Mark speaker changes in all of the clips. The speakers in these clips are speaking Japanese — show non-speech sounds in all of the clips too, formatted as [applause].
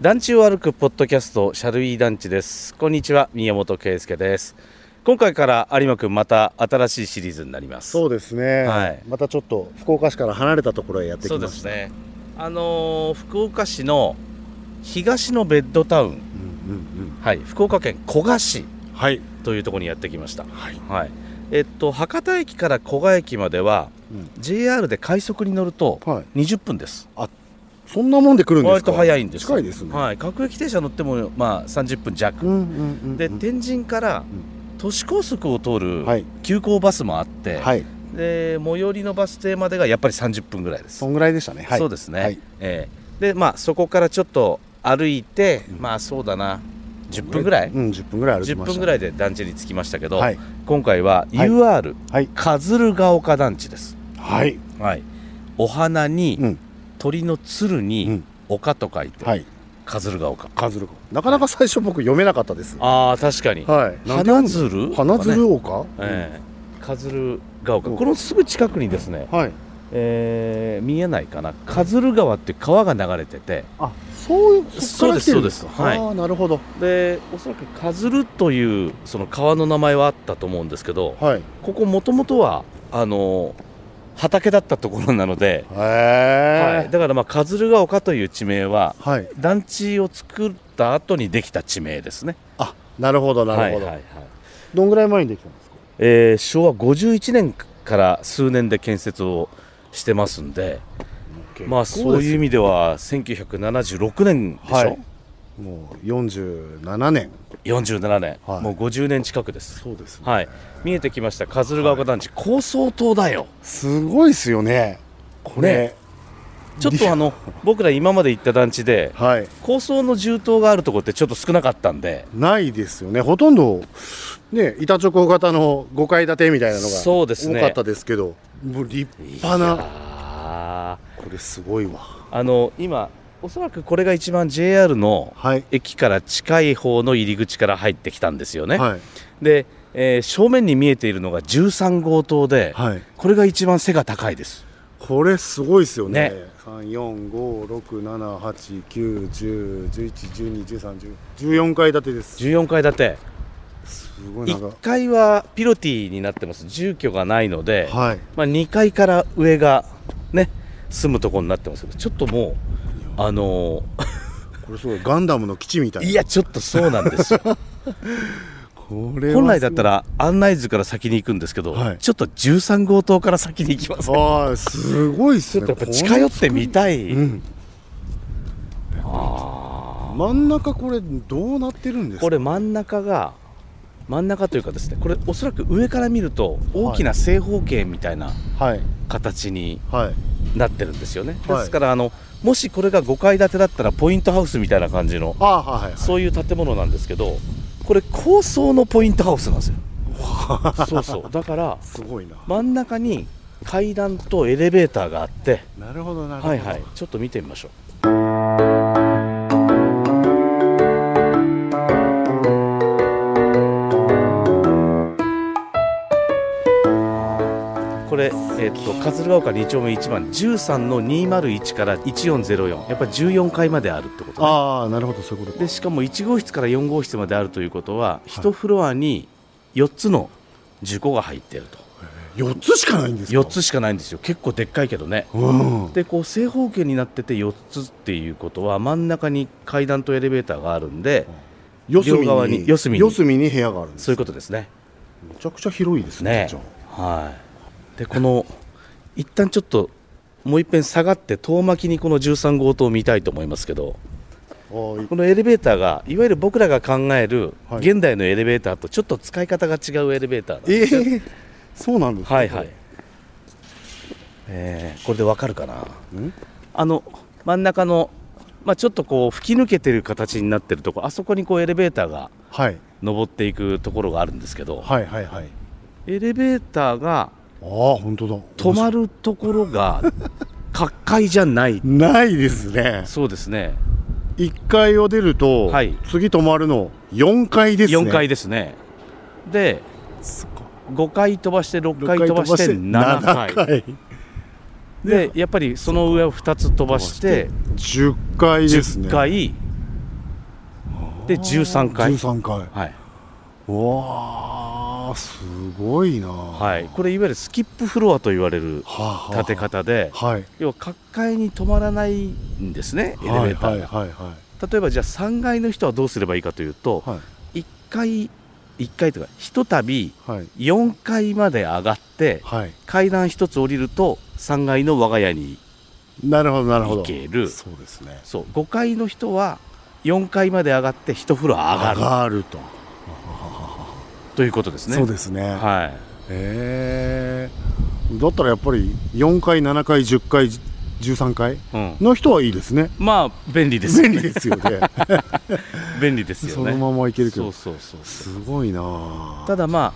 Speaker 1: 団地を歩くポッドキャストシャルイー団地ですこんにちは宮本圭介です今回から有馬くんまた新しいシリーズになります
Speaker 2: そうですね、
Speaker 1: はい
Speaker 2: またちょっと福岡市から離れたところへやってき
Speaker 1: そう
Speaker 2: ま
Speaker 1: で
Speaker 2: し
Speaker 1: す
Speaker 2: た
Speaker 1: ねあのー福岡市の東のベッドタウン
Speaker 2: うんうん
Speaker 1: はい福岡県古賀市
Speaker 2: うんはい
Speaker 1: というところにやってきました
Speaker 2: はい
Speaker 1: はいえっと博多駅から古賀駅までは
Speaker 2: うん
Speaker 1: JR で快速に乗ると
Speaker 2: はい
Speaker 1: 20分です
Speaker 2: そんなもんで来るんで
Speaker 1: 割
Speaker 2: すか
Speaker 1: と早いんです
Speaker 2: 近いですね、
Speaker 1: はい、各駅停車乗ってもまあ30分弱、
Speaker 2: うんうんうんうん
Speaker 1: で天神から都市高速を通る
Speaker 2: はい
Speaker 1: 急行バスもあって、
Speaker 2: はい
Speaker 1: で最寄りのバス停までがやっぱり30分ぐらいです、
Speaker 2: そんぐらいでしたねはい
Speaker 1: そうですね、
Speaker 2: はい
Speaker 1: ええでまあそこからちょっと歩いて、
Speaker 2: うん
Speaker 1: まあそうだな10分ぐらい、
Speaker 2: うん10分ぐらい歩き
Speaker 1: 10
Speaker 2: ました
Speaker 1: 分ぐら
Speaker 2: い
Speaker 1: いで団地に着きましたけど、
Speaker 2: はい
Speaker 1: 今回は
Speaker 2: はい
Speaker 1: UR
Speaker 2: はい
Speaker 1: 葛ヶ丘団地です、
Speaker 2: はい
Speaker 1: はい、お花に、
Speaker 2: うん
Speaker 1: 鳥の鶴に、
Speaker 2: うん
Speaker 1: 丘と書いて、
Speaker 2: はい
Speaker 1: 葛ヶ丘
Speaker 2: カズルなかなか最初僕読めなかったです
Speaker 1: ああ確かに、
Speaker 2: はいなんて読
Speaker 1: 花鶴
Speaker 2: む花鶴丘
Speaker 1: ええ葛ヶ丘
Speaker 2: うん
Speaker 1: このすぐ近くにですね、
Speaker 2: はい
Speaker 1: えー見えないかな葛川っていう川が流れてて
Speaker 2: あそういう
Speaker 1: そうです
Speaker 2: こから来てるんか
Speaker 1: そうですはい
Speaker 2: ああなるほど
Speaker 1: でおそらく葛というその川の名前はあったと思うんですけど
Speaker 2: はいへ
Speaker 1: ここもともとはあの畑だったところなので、はい、
Speaker 2: え
Speaker 1: だからまあ葛ヶ丘という地名は
Speaker 2: はい
Speaker 1: 団地を作った後にできた地名ですね
Speaker 2: あなるほどなるほ
Speaker 1: はいはい
Speaker 2: ど
Speaker 1: はい
Speaker 2: どんぐらい前にできたんですか
Speaker 1: えー昭和51年から数年で建設をしてますんでまあそういう意味では1976年でしょ、
Speaker 2: はいもう47年
Speaker 1: 47年、
Speaker 2: はい
Speaker 1: もう50年近くです、
Speaker 2: そうですね
Speaker 1: はい、見えてきました葛ヶ丘団地、高層棟だよ
Speaker 2: すごいですよねこれ
Speaker 1: ちょっとあの僕ら今まで行った団地で
Speaker 2: はい
Speaker 1: 高層の重棟があるとこってちょっと少なかったんで
Speaker 2: ないですよねほとんどね板チョコ型の5階建てみたいなのが
Speaker 1: そうですね
Speaker 2: 多かったですけどもう立派
Speaker 1: いや
Speaker 2: な
Speaker 1: ー
Speaker 2: これすごいわ
Speaker 1: あの今おそらくこれが一番 JR の
Speaker 2: はい
Speaker 1: 駅から近い方の入り口から入ってきたんですよね、
Speaker 2: はい
Speaker 1: で、えー正面に見えているのが13号棟で、
Speaker 2: はい
Speaker 1: これが一番背が高いです
Speaker 2: これすごいですよね
Speaker 1: ね
Speaker 2: 三四五六七八九十十一十二十三十十四階建てです
Speaker 1: 14階建て
Speaker 2: すごいなん
Speaker 1: 1
Speaker 2: か
Speaker 1: 階はピロティになってます住居がないので、
Speaker 2: はい
Speaker 1: まあ、2階から上がね住むところになってますけどちょっともうあの
Speaker 2: これすごいガンダムの基地みた
Speaker 1: ー
Speaker 2: いない
Speaker 1: やちょっとそうなんです
Speaker 2: [laughs]
Speaker 1: よ
Speaker 2: これはすごい
Speaker 1: 本来だったら案内図から先に行くんですけど、
Speaker 2: はい
Speaker 1: ちょっと13号棟から先に行きます
Speaker 2: ああすごいっ
Speaker 1: ち
Speaker 2: す
Speaker 1: ょ
Speaker 2: ね
Speaker 1: っとやっぱ近寄ってみたい、
Speaker 2: うん
Speaker 1: あ
Speaker 2: 真ん中これどうなってるんで
Speaker 1: ー
Speaker 2: すか
Speaker 1: これ真ん中が真ん中というかですねこれおそらく上から見ると大きな正方形みたいな
Speaker 2: はい
Speaker 1: 形に
Speaker 2: はい
Speaker 1: なってるんですよね、
Speaker 2: はい
Speaker 1: ですからあのもしこれが5階建てだったらポイントハウスみたいな感じの
Speaker 2: ああはいはい
Speaker 1: そういう建物なんですけどこれ高層のポイントハウスなんです
Speaker 2: [laughs]
Speaker 1: よそうそうだから
Speaker 2: すごいな
Speaker 1: 真ん中に階段とエレベーターがあって
Speaker 2: なるほどなるほど
Speaker 1: はいはいちょっと見てみましょうこれ、えっと葛ヶ丘2丁目1番13の201から1404やっぱり14階まであるってこと、ね、
Speaker 2: ああなるほどそういうこと
Speaker 1: で
Speaker 2: か
Speaker 1: しかも1号室から4号室まであるということは1フロアに4つの受講が入っていると
Speaker 2: 4つしかないんですか
Speaker 1: 4つしかないんですよ結構でっかいけどね
Speaker 2: うん
Speaker 1: でこう正方形になってて4つっていうことは真ん中に階段とエレベーターがあるんで
Speaker 2: 四隅
Speaker 1: 両側に四隅に
Speaker 2: 四隅に部屋があるんです
Speaker 1: そういうことですね。
Speaker 2: めちゃくちゃ広いですね
Speaker 1: ね
Speaker 2: じゃあ
Speaker 1: はい、でこの一旦ちょっともう一遍下がって遠巻きにこの13号棟を見たいと思いますけど
Speaker 2: ああい
Speaker 1: このエレベーターがいわゆる僕らが考える
Speaker 2: はい
Speaker 1: 現代のエレベーターとちょっと使い方が違うエレベーターなん
Speaker 2: え
Speaker 1: ですよ
Speaker 2: えそうなんですか
Speaker 1: はいはい、えーこれでわかるかなんあの真ん中の、まあ、ちょっとこう吹き抜けてる形になってるとこあそこにこうエレベーターが
Speaker 2: はい
Speaker 1: 登っていくところがあるんですけど、
Speaker 2: はいはいはい
Speaker 1: エレベーターが
Speaker 2: ああ本当だ
Speaker 1: 止まるところが各階じゃない
Speaker 2: ないですね
Speaker 1: そうですね
Speaker 2: 1階を出ると、
Speaker 1: はい
Speaker 2: 次止まるの4階ですね
Speaker 1: 4階ですねで
Speaker 2: そっか
Speaker 1: 5階飛ばして6階飛ばして7階
Speaker 2: 7階
Speaker 1: でやっぱりその上を2つ飛ばして
Speaker 2: 10階ですね
Speaker 1: 10階で13階
Speaker 2: 13回
Speaker 1: はい
Speaker 2: わあすごいなは
Speaker 1: はい、これいわゆるスキップフロアと言われる
Speaker 2: あはあ
Speaker 1: 建て方で
Speaker 2: はい
Speaker 1: 要は各階に止まらないんですねエレベーターが、
Speaker 2: はいはいはいは
Speaker 1: 例えばじゃあ3階の人はどうすればいいかというと、
Speaker 2: いはい
Speaker 1: 1階1階とかひとたび
Speaker 2: はい
Speaker 1: 4階まで上がって
Speaker 2: はい
Speaker 1: 階段1つ降りると3階の我が家に
Speaker 2: なるほどなるほど
Speaker 1: 行ける
Speaker 2: そうですね
Speaker 1: そう5階の人は4階まで上がって1風呂上がる
Speaker 2: と
Speaker 1: ということですね
Speaker 2: そうですねへ
Speaker 1: はい
Speaker 2: えだったらやっぱり4回7回10回13回
Speaker 1: うん、
Speaker 2: の人はいいですね
Speaker 1: まあ便利 [laughs] ですよ
Speaker 2: 便
Speaker 1: ね
Speaker 2: 利ですよね
Speaker 1: 便利ですよ
Speaker 2: そ
Speaker 1: ね
Speaker 2: のままいけるけ
Speaker 1: そう
Speaker 2: ど
Speaker 1: そうそうそう
Speaker 2: すごいな
Speaker 1: た
Speaker 2: だ
Speaker 1: だま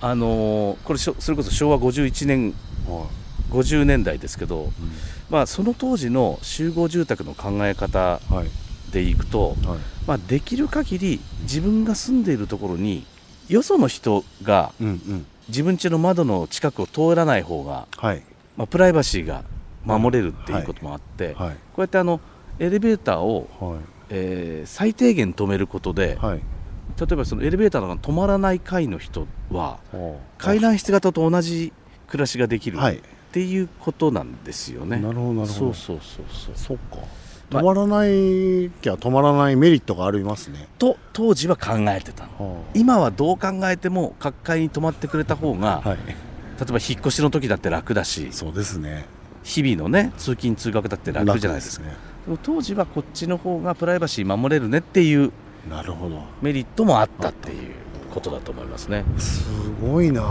Speaker 1: ああのーこれしょそれこそ昭和51年
Speaker 2: は
Speaker 1: 50年代ですけど、
Speaker 2: いうん
Speaker 1: まあ、その当時の集合住宅の考え方
Speaker 2: はい
Speaker 1: でいくと、
Speaker 2: はい
Speaker 1: まあ、できる限り自分が住んでいるところによその人が
Speaker 2: うんうん
Speaker 1: 自分家の窓の近くを通らない方が、
Speaker 2: はい
Speaker 1: まあ、プライバシーが守れるっていうこともあって、こ
Speaker 2: はいう
Speaker 1: やってあのエレベーターを、
Speaker 2: は
Speaker 1: えー最低限止めることで、
Speaker 2: いはい
Speaker 1: 例えばそのエレベーターが止まらない階の人は
Speaker 2: はあ
Speaker 1: 階段室型と同じ暮らしができる
Speaker 2: は
Speaker 1: っ
Speaker 2: い
Speaker 1: ていうことなんですよね。
Speaker 2: なるほどなるほ
Speaker 1: そ
Speaker 2: ど
Speaker 1: うそうそうそう
Speaker 2: そっか
Speaker 1: まあ
Speaker 2: 止まらないきゃ止まらないメリットがありますね、
Speaker 1: と当時は考えてたの今はどう考えても各界に泊まってくれた方が、
Speaker 2: はい
Speaker 1: 例えば引っ越しの時だって楽だし
Speaker 2: そうですね
Speaker 1: 日々のね通勤通学だって楽じゃないですか
Speaker 2: ね
Speaker 1: でも当時はこっちの方がプライバシー守れるねっていう
Speaker 2: なるほど
Speaker 1: メリットもあったっていうことだと思いますね
Speaker 2: すごいな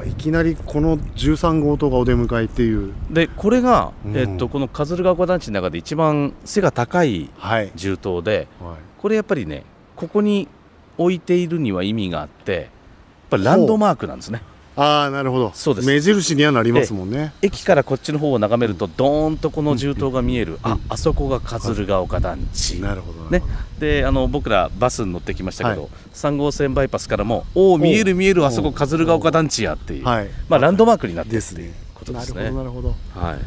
Speaker 2: あいきなりこの13号棟がお出迎えっていう
Speaker 1: でこれが、
Speaker 2: うん
Speaker 1: えっと、このカズルガ小団地の中で一番背が高い
Speaker 2: はい、
Speaker 1: 銃刀で
Speaker 2: はい、
Speaker 1: これやっぱりねここに置いているには意味があってやっぱランドマークなんですね
Speaker 2: ああなるほど
Speaker 1: そうです
Speaker 2: 目印にはなりますもんね
Speaker 1: 駅からこっちの方を眺めるとドーンとこの銃刀が見える、ああそこが鶴ヶ丘団地、
Speaker 2: なるほどなる
Speaker 1: ね
Speaker 2: ほど、
Speaker 1: であの僕らバスに乗ってきましたけど、
Speaker 2: は
Speaker 1: 3号線バイパスからもおお見える見えるあそこ鶴ヶ丘団地やっていう、
Speaker 2: はい
Speaker 1: まあ、ランドマークになって
Speaker 2: で
Speaker 1: るっ
Speaker 2: す
Speaker 1: ていう
Speaker 2: ね
Speaker 1: ことです
Speaker 2: な
Speaker 1: ね
Speaker 2: るほどなるほど
Speaker 1: はい、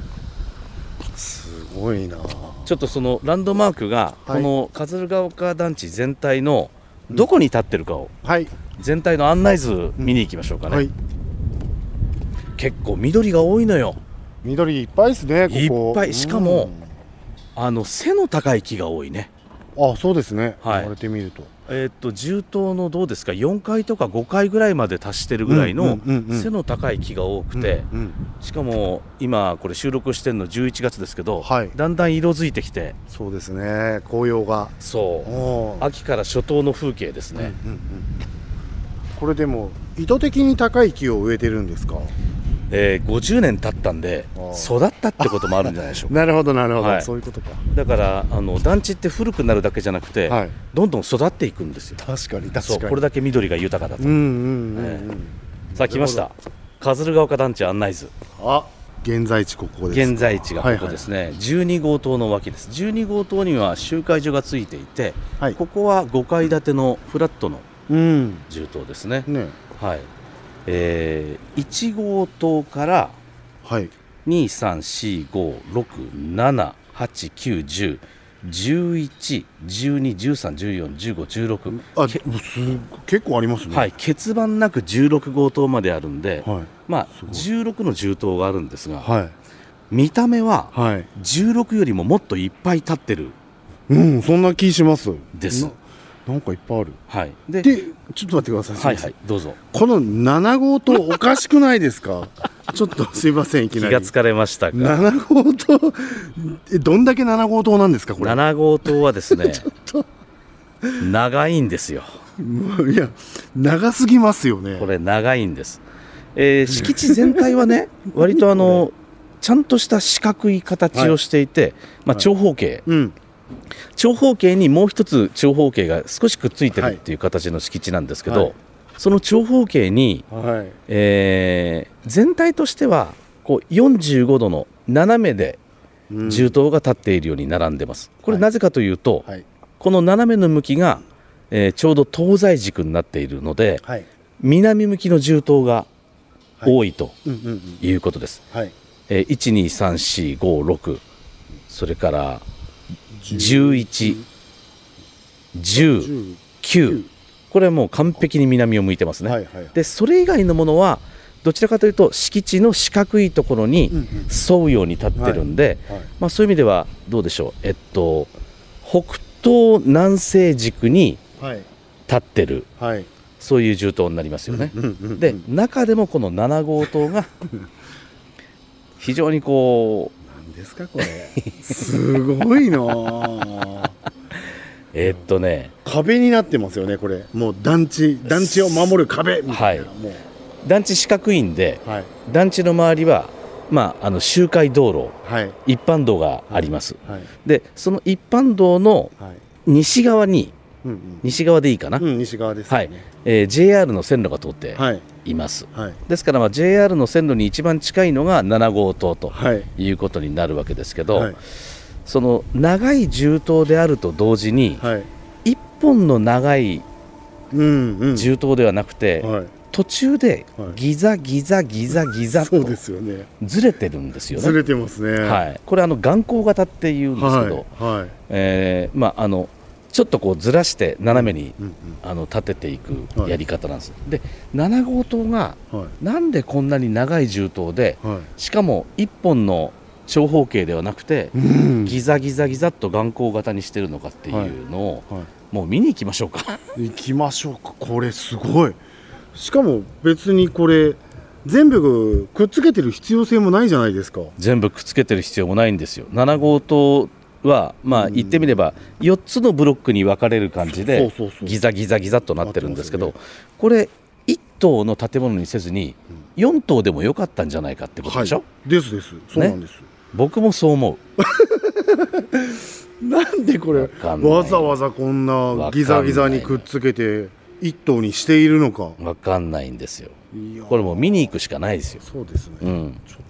Speaker 2: すごいなあ
Speaker 1: ちょっとそのランドマークがこ
Speaker 2: はい
Speaker 1: の鶴ヶ丘団地全体のどこに立ってるかを
Speaker 2: はい
Speaker 1: 全体の案内図見に行きましょうかね、
Speaker 2: はい
Speaker 1: 結構緑が多いのよ
Speaker 2: 緑いっぱいですねここ
Speaker 1: いっぱいしかも
Speaker 2: うん
Speaker 1: あの背の高い木が多いね
Speaker 2: あそうですね、
Speaker 1: はい
Speaker 2: 言われてみると
Speaker 1: えーっと銃刀のどうですか4階とか5階ぐらいまで達してるぐらいの
Speaker 2: うんうんうんうん
Speaker 1: 背の高い木が多くて、
Speaker 2: うんうん
Speaker 1: しかも今これ収録してるの11月ですけど、
Speaker 2: はい
Speaker 1: だんだん色づいてきて
Speaker 2: そうですね紅葉が
Speaker 1: そう
Speaker 2: おー
Speaker 1: 秋から初冬の風景ですね、
Speaker 2: うんうんこれでも意図的に高い木を植えてるんですか
Speaker 1: えー50年経ったんで
Speaker 2: あー
Speaker 1: 育ったってこともあるんじゃないでしょうか
Speaker 2: なるほどなるほど、
Speaker 1: はい
Speaker 2: そういうことか [laughs]
Speaker 1: だからあの団地って古くなるだけじゃなくて、
Speaker 2: はい
Speaker 1: どんどん育っていくんですよ
Speaker 2: 確かに確かに
Speaker 1: そうこれだけ緑が豊かだと、
Speaker 2: うんうんうん、うん
Speaker 1: さあ来まし
Speaker 2: な
Speaker 1: た鶴ヶ丘団地案内図
Speaker 2: あ現在地ここです
Speaker 1: 現在地がここですね、12号棟の脇です12号棟には集会所がついていて、
Speaker 2: はい
Speaker 1: ここは5階建てのフラットの
Speaker 2: うん
Speaker 1: 住棟ですね、
Speaker 2: ね
Speaker 1: はいえー、1号棟から
Speaker 2: はい
Speaker 1: 234567891011213141516
Speaker 2: あす結構ありますね
Speaker 1: はい、欠番なく16号棟まであるんで、
Speaker 2: はい
Speaker 1: まあ
Speaker 2: すごい
Speaker 1: 16の銃刀があるんですが、
Speaker 2: はい
Speaker 1: 見た目は
Speaker 2: はい
Speaker 1: 16よりももっといっぱい立ってる
Speaker 2: うんそんな気します
Speaker 1: です
Speaker 2: ななんかいっぱいある
Speaker 1: はいで
Speaker 2: でちょっと待ってください
Speaker 1: はい
Speaker 2: すませ
Speaker 1: は
Speaker 2: ん
Speaker 1: いどうぞ
Speaker 2: この7号棟おかしくないで
Speaker 1: [laughs]
Speaker 2: すかちょっとすいませんいき
Speaker 1: 気
Speaker 2: なり
Speaker 1: が疲れましたか
Speaker 2: 7号棟えどんだけ7号棟なんですかこれ
Speaker 1: 7号棟はです [laughs] ね
Speaker 2: と
Speaker 1: 長いんですよ
Speaker 2: も [laughs] ういや長すぎますよね
Speaker 1: これ長いんです、えー敷地全体は [laughs] ね割とあのちゃんとした四角い形をしていて、まあ、長方形、
Speaker 2: うん
Speaker 1: 長方形にもう一つ長方形が少しくっついてるっていう形の敷地なんですけど、
Speaker 2: はい
Speaker 1: その長方形に、
Speaker 2: はい
Speaker 1: えー全体としてはこう45度の斜めで
Speaker 2: うん
Speaker 1: 銃刀が立っているように並んでます、これ
Speaker 2: はい
Speaker 1: なぜかというと、
Speaker 2: はい
Speaker 1: この斜めの向きが、えーちょうど東西軸になっているので
Speaker 2: はい
Speaker 1: 南向きの銃刀が多いと。
Speaker 2: うんうんうん
Speaker 1: いうことです。
Speaker 2: はい
Speaker 1: えー、1、2、3、4、5、6、それから11、 10、
Speaker 2: 19
Speaker 1: 9これはもう完璧に南を向いてますね、
Speaker 2: はいはいはい
Speaker 1: でそれ以外のものはどちらかというと敷地の四角いところに
Speaker 2: うんうん
Speaker 1: 沿うように立ってるんで、
Speaker 2: はい
Speaker 1: まあ、そういう意味ではどうでしょう、えっと、北東南西軸に
Speaker 2: はい
Speaker 1: 立ってる
Speaker 2: はい
Speaker 1: そういう銃塔になりますよね。
Speaker 2: うんうんうん
Speaker 1: で中でもこの7号棟が非常にこう
Speaker 2: 何ですかこれすごいなあ
Speaker 1: えっとね
Speaker 2: 壁になってますよねこれもう団地団地を守る壁みたいな、
Speaker 1: は
Speaker 2: も
Speaker 1: 団地四角いんで
Speaker 2: うはい
Speaker 1: 団地の周りは、まあ、あの周回道路
Speaker 2: はい
Speaker 1: 一般道があります。
Speaker 2: はい
Speaker 1: でその一般道の
Speaker 2: はい
Speaker 1: 西側に
Speaker 2: うん
Speaker 1: 西側でいいかな、
Speaker 2: うん、うん、西側ですよね
Speaker 1: えー JR の線路が通って
Speaker 2: はい
Speaker 1: います。
Speaker 2: はい
Speaker 1: ですから、まあ、JR の線路に一番近いのが7号棟と
Speaker 2: はい
Speaker 1: いうことになるわけですけど、
Speaker 2: はい
Speaker 1: その長い銃刀であると同時に、
Speaker 2: はい
Speaker 1: 一本の長い
Speaker 2: うんうん
Speaker 1: 銃刀ではなくて、
Speaker 2: はい
Speaker 1: 途中で
Speaker 2: はい
Speaker 1: ギザギザギザギザ
Speaker 2: そ
Speaker 1: と
Speaker 2: うですよね
Speaker 1: ずれてるんですよ
Speaker 2: ず
Speaker 1: ね。
Speaker 2: れてますね
Speaker 1: はい、これあの眼光型っていうんですけど、
Speaker 2: はいはい
Speaker 1: えーまあ、あのちょっとこうずらして斜めに、
Speaker 2: うん
Speaker 1: あの立てていく
Speaker 2: はい
Speaker 1: やり方なんです。で7号棟が
Speaker 2: うんはい
Speaker 1: なんでこんなに長い銃刀で
Speaker 2: はい
Speaker 1: しかも1本の長方形ではなくて、
Speaker 2: うん
Speaker 1: ギザギザギザっと眼光型にしてるのかっていうのを、
Speaker 2: は
Speaker 1: もう見に行きましょう
Speaker 2: [laughs]
Speaker 1: か
Speaker 2: い行きましょうかこれすごいしかも別にこれ全部くっつけてる必要性もないじゃないですか
Speaker 1: 全部くっつけてる必要もないんですよ7号棟はまあ
Speaker 2: うん
Speaker 1: 言ってみれば4つのブロックに分かれる感じで
Speaker 2: そうそうそう
Speaker 1: ギザギザギザっとなってるんですけど
Speaker 2: なって
Speaker 1: これ1棟の建物にせずに4棟でもよかったんじゃないかってことでしょ、
Speaker 2: い、ですですそうなんです、
Speaker 1: 僕もそう思う
Speaker 2: なんでこれ
Speaker 1: わかんない
Speaker 2: わざわざこんなギザギザにくっつけて一頭にしているのか
Speaker 1: 分かんないんですよ
Speaker 2: いや
Speaker 1: これもう見に行くしかないですよ、
Speaker 2: そうですね、
Speaker 1: うん、
Speaker 2: ちょっと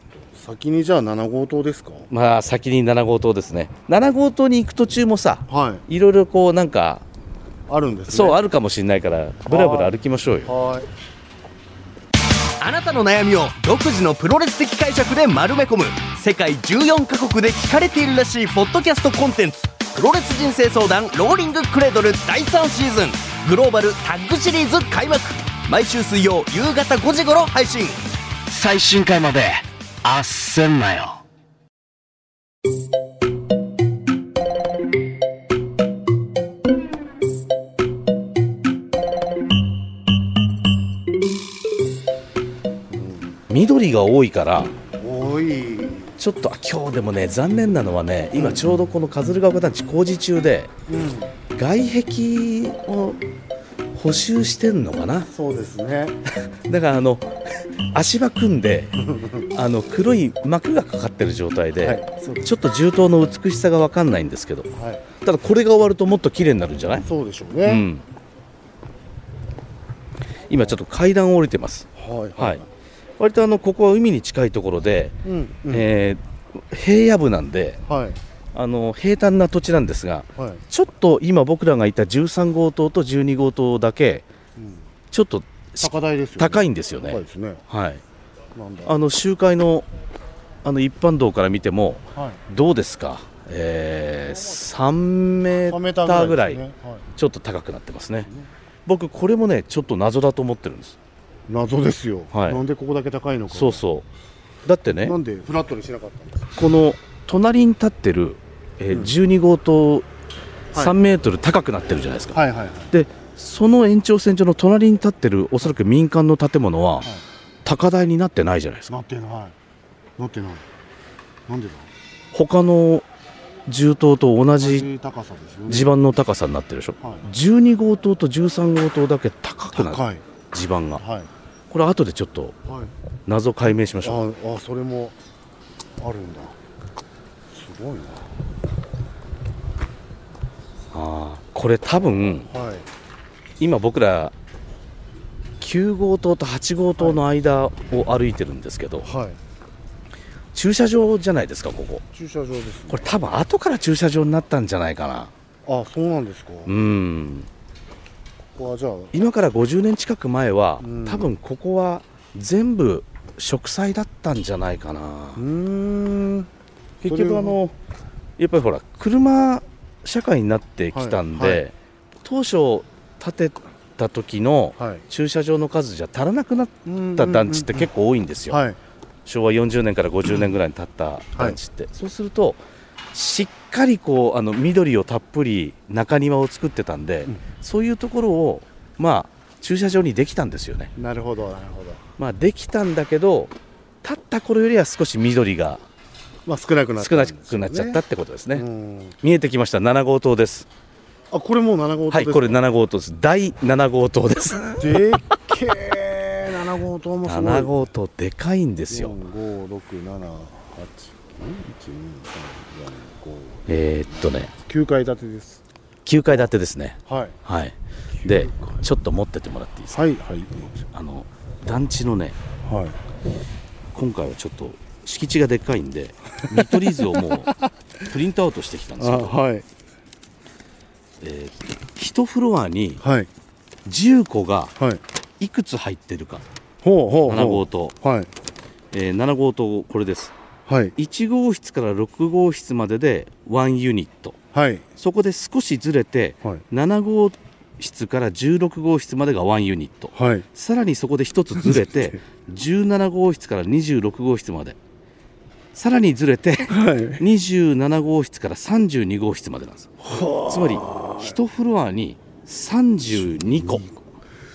Speaker 2: 先にじゃあ7号棟ですか
Speaker 1: まあ先に7号棟ですね7号棟に行く途中もさ
Speaker 2: はい
Speaker 1: いろいろこうなんか
Speaker 2: あるんですね
Speaker 1: そうあるかもしれないからぶらぶら歩きましょうよ
Speaker 2: はい
Speaker 3: あなたの悩みを独自のプロレス的解釈で丸め込む世界14カ国で聞かれているらしいポッドキャストコンテンツ「プロレス人生相談ローリングクレードル」第3シーズングローバルタッグシリーズ開幕毎週水曜夕方5時頃配信
Speaker 4: 最新回まであっせんなよ
Speaker 1: 緑が多いから
Speaker 2: おい
Speaker 1: ちょっとあ今日でもね残念なのはね今ちょうどこのカズルガ丘団地工事中で外壁を補修してんのかな
Speaker 2: そうですね
Speaker 1: だからあの [laughs] 足場組ん [laughs] であの黒い膜がかかってる状態で、
Speaker 2: はいそうで
Speaker 1: ちょっと銃刀の美しさが分かんないんですけど
Speaker 2: はい
Speaker 1: ただこれが終わるともっと綺麗になるんじゃない
Speaker 2: そうでしょう
Speaker 1: う
Speaker 2: ね、
Speaker 1: ん、今ちょっと階段を降りてます、
Speaker 2: はい
Speaker 1: はい、割とあのここは海に近いところで、
Speaker 2: うんうん
Speaker 1: えー平野部なんで
Speaker 2: はい
Speaker 1: あの平坦な土地なんですが
Speaker 2: はい
Speaker 1: ちょっと今僕らがいた13号棟と12号棟だけ
Speaker 2: うん
Speaker 1: ちょっと
Speaker 2: 高台ですよ、ね、
Speaker 1: 高いんですよね
Speaker 2: 高いですね
Speaker 1: はい、
Speaker 2: なんだ
Speaker 1: あの集会のあの一般道から見ても
Speaker 2: はい
Speaker 1: どうですか、えー、3メ
Speaker 2: 3
Speaker 1: ーターぐらい
Speaker 2: ですねはい
Speaker 1: ちょっと高くなってますね僕これもねちょっと謎だと思ってるんです
Speaker 2: 謎ですよ、
Speaker 1: はい
Speaker 2: なんでここだけ高いのか
Speaker 1: そうそうだってね
Speaker 2: なんでフラットにしなかったんですか
Speaker 1: この隣に立ってる、えー
Speaker 2: うん
Speaker 1: 12号棟
Speaker 2: はい
Speaker 1: 3メートル高くなってるじゃないですか、
Speaker 2: はいはいはい
Speaker 1: でその延長線上の隣に立ってるおそらく民間の建物は、
Speaker 2: い
Speaker 1: 高台になってないじゃないですか
Speaker 2: なってないなってないなんでだ
Speaker 1: 他の銃刀と同
Speaker 2: 同
Speaker 1: じ
Speaker 2: じ高さですよね
Speaker 1: 地盤の高さになってるでしょ、
Speaker 2: はい
Speaker 1: 12号棟と13号棟だけ高くなる
Speaker 2: 高い
Speaker 1: 地盤が
Speaker 2: はい
Speaker 1: これ後でちょっと
Speaker 2: はい
Speaker 1: 謎解明しましょう
Speaker 2: ああそれもあるんだすごい
Speaker 1: あーこれ多分
Speaker 2: なはい
Speaker 1: 今僕ら9号棟と8号棟の間を歩いてるんですけど、
Speaker 2: はい
Speaker 1: 駐車場じゃないですかここ
Speaker 2: 駐車場ですね
Speaker 1: これ多分後から駐車場になったんじゃないかな
Speaker 2: あそうなんですか、
Speaker 1: う
Speaker 2: こ
Speaker 1: ん
Speaker 2: こはじゃあ
Speaker 1: 今から50年近く前は、
Speaker 2: うん
Speaker 1: 多分ここは全部植栽だったんじゃないかな
Speaker 2: うーん
Speaker 1: 結
Speaker 2: それ
Speaker 1: 局
Speaker 2: は
Speaker 1: あのやっぱりほら車社会になってきたんで、
Speaker 2: はいは
Speaker 1: 当初建てた時の
Speaker 2: はい
Speaker 1: 駐車場の数じゃ足らなくなっ
Speaker 2: うん
Speaker 1: た団地って結構多いんですよ、
Speaker 2: はい
Speaker 1: 昭和40年から50年ぐらいに建った団地って、そうするとしっかりこうあの緑をたっぷり中庭を作ってたんで、
Speaker 2: ん
Speaker 1: そういうところをまあ駐車場にできたんですよね、
Speaker 2: なるほどなるほど
Speaker 1: まあ、できたんだけど建った頃よりは少し緑が
Speaker 2: まあ少なくなった
Speaker 1: 少なくなっちゃった
Speaker 2: っ
Speaker 1: ってことですね、
Speaker 2: うん
Speaker 1: 見えてきました7号棟です
Speaker 2: あこれもう7号棟
Speaker 1: は
Speaker 2: です
Speaker 1: い
Speaker 2: か
Speaker 1: これ7号棟です第7号棟
Speaker 2: [laughs]
Speaker 1: です
Speaker 2: でっけえ7号棟もすごい
Speaker 1: 7号棟でかいんですよ
Speaker 2: 45678123456
Speaker 1: えーっとね
Speaker 2: 階建てです
Speaker 1: 9階建てですね
Speaker 2: はい
Speaker 1: はいでちょっと持ってってもらっていいですか
Speaker 2: はいはい
Speaker 1: あの団地のね
Speaker 2: はい
Speaker 1: 今回はちょっと敷地がでっかいんで見取り図をも
Speaker 2: [laughs]
Speaker 1: うプリントアウトしてきたんです
Speaker 2: あ
Speaker 1: けど、
Speaker 2: はい
Speaker 1: えー1フロアに
Speaker 2: はい
Speaker 1: 10個が
Speaker 2: はい
Speaker 1: いくつ入ってるか
Speaker 2: ほうほうほう
Speaker 1: 7号棟、
Speaker 2: はい
Speaker 1: えー7号棟これです
Speaker 2: はい
Speaker 1: 1号室から6号室までで1ユニット
Speaker 2: はい
Speaker 1: そこで少しずれて
Speaker 2: はい
Speaker 1: 7号室から16号室までが1ユニット
Speaker 2: はい
Speaker 1: さらにそこで1つずれ
Speaker 2: [laughs]
Speaker 1: て17号室から26号室までさらにずれて
Speaker 2: はい
Speaker 1: 27号室から32号室までなんですつまり1フロアに32個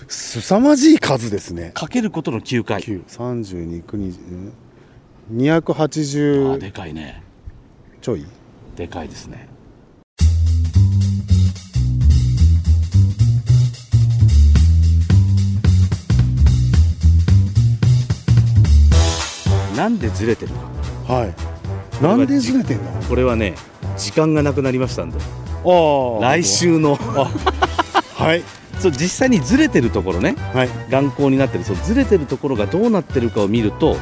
Speaker 2: すさまじい数ですね
Speaker 1: かけることの9回
Speaker 2: 932区2
Speaker 1: あー
Speaker 2: 280
Speaker 1: でかいね
Speaker 2: ちょい
Speaker 1: でかいですねなんでずれてるか
Speaker 2: はいなんでずれてんだ
Speaker 1: これはね時間がなくなりましたんで
Speaker 2: ああ
Speaker 1: 来週の
Speaker 2: はい
Speaker 1: そう実際にずれてるところね
Speaker 2: はい
Speaker 1: 眼光になってるそうずれてるところがどうなってるかを見ると、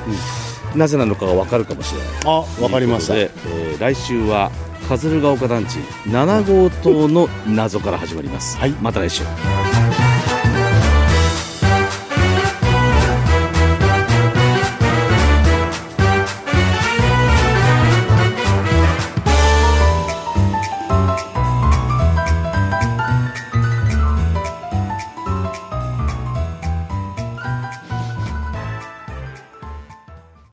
Speaker 1: なぜなのかが分かるかもしれない
Speaker 2: あわかりました
Speaker 1: ということで、えー来週はカズルガ丘団地7号棟の謎から始まります、
Speaker 2: はい
Speaker 1: また来週